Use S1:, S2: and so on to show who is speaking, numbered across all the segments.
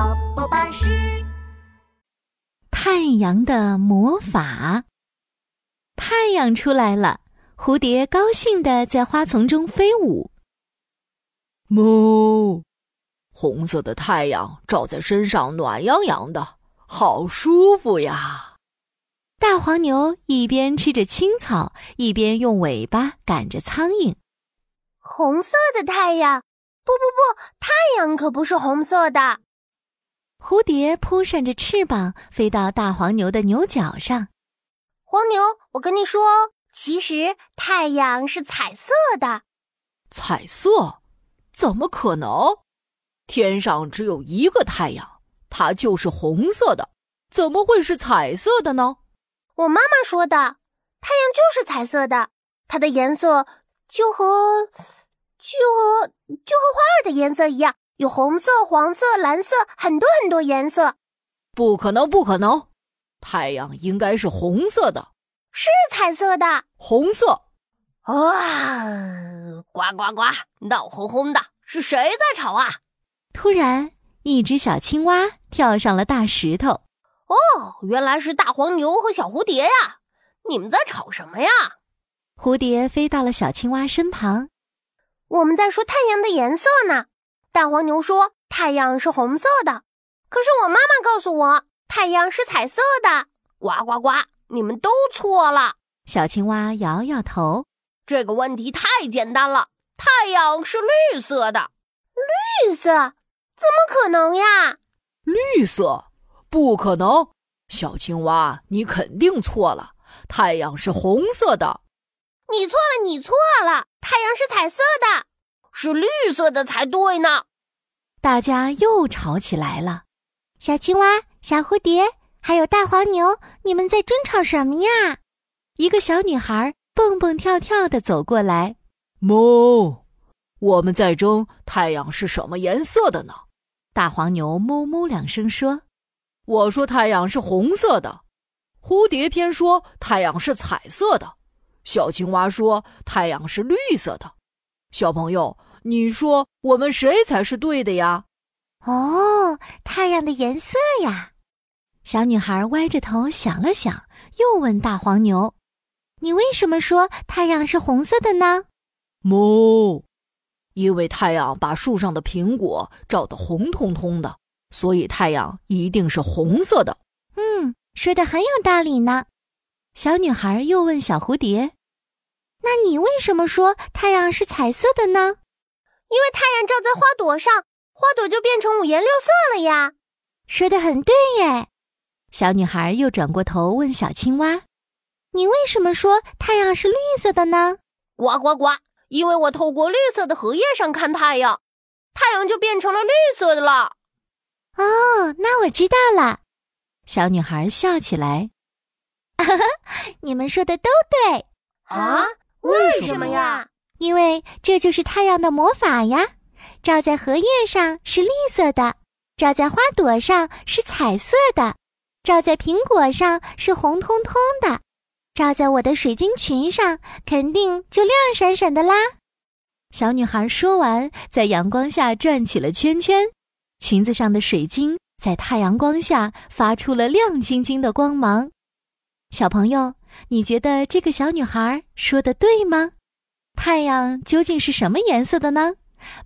S1: 老师，
S2: 太阳的魔法。太阳出来了，蝴蝶高兴地在花丛中飞舞。
S3: 哞！红色的太阳照在身上，暖洋洋的，好舒服呀！
S2: 大黄牛一边吃着青草，一边用尾巴赶着苍蝇。
S1: 红色的太阳，不不不，太阳可不是红色的。
S2: 蝴蝶扑扇着翅膀飞到大黄牛的牛角上。
S1: 黄牛，我跟你说哦，其实太阳是彩色的。
S3: 彩色？怎么可能？天上只有一个太阳，它就是红色的，怎么会是彩色的呢？
S1: 我妈妈说的，太阳就是彩色的，它的颜色就和就和就和花儿的颜色一样，有红色、黄色、蓝色，很多很多颜色。
S3: 不可能，不可能！太阳应该是红色的，
S1: 是彩色的。
S3: 红色。
S4: 啊！哦呱呱呱！闹哄哄的，是谁在吵啊？
S2: 突然，一只小青蛙跳上了大石头。
S4: 哦，原来是大黄牛和小蝴蝶呀！你们在吵什么呀？
S2: 蝴蝶飞到了小青蛙身旁。
S1: 我们在说太阳的颜色呢。大黄牛说太阳是红色的，可是我妈妈告诉我太阳是彩色的。
S4: 呱呱呱！你们都错了。
S2: 小青蛙摇摇头。
S4: 这个问题太简单了，太阳是绿色的。
S1: 绿色？怎么可能呀？
S3: 绿色？不可能！小青蛙，你肯定错了。太阳是红色的。
S1: 你错了，你错了。太阳是彩色的，
S4: 是绿色的才对呢。
S2: 大家又吵起来了。
S5: 小青蛙、小蝴蝶，还有大黄牛，你们在争吵什么呀？
S2: 一个小女孩。蹦蹦跳跳的走过来，
S3: 哞！我们在争太阳是什么颜色的呢？
S2: 大黄牛哞哞两声说：“
S3: 我说太阳是红色的，蝴蝶偏说太阳是彩色的，小青蛙说太阳是绿色的。”小朋友，你说我们谁才是对的呀？
S5: 哦，太阳的颜色呀！
S2: 小女孩歪着头想了想，又问大黄牛。
S5: 你为什么说太阳是红色的呢？
S3: 哞，因为太阳把树上的苹果照得红彤彤的，所以太阳一定是红色的。
S5: 嗯，说的很有道理呢。
S2: 小女孩又问小蝴蝶：“
S5: 那你为什么说太阳是彩色的呢？”
S1: 因为太阳照在花朵上，花朵就变成五颜六色了呀。
S5: 说的很对耶。
S2: 小女孩又转过头问小青蛙。
S5: 你为什么说太阳是绿色的呢？
S4: 呱呱呱！因为我透过绿色的荷叶上看太阳，太阳就变成了绿色的了。
S5: 哦，那我知道了。
S2: 小女孩笑起来。
S5: 你们说的都对
S4: 啊？为什么呀？
S5: 因为这就是太阳的魔法呀！照在荷叶上是绿色的，照在花朵上是彩色的，照在苹果上是红彤彤的。照在我的水晶裙上，肯定就亮闪闪的啦！
S2: 小女孩说完，在阳光下转起了圈圈，裙子上的水晶在太阳光下发出了亮晶晶的光芒。小朋友，你觉得这个小女孩说的对吗？太阳究竟是什么颜色的呢？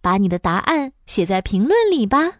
S2: 把你的答案写在评论里吧。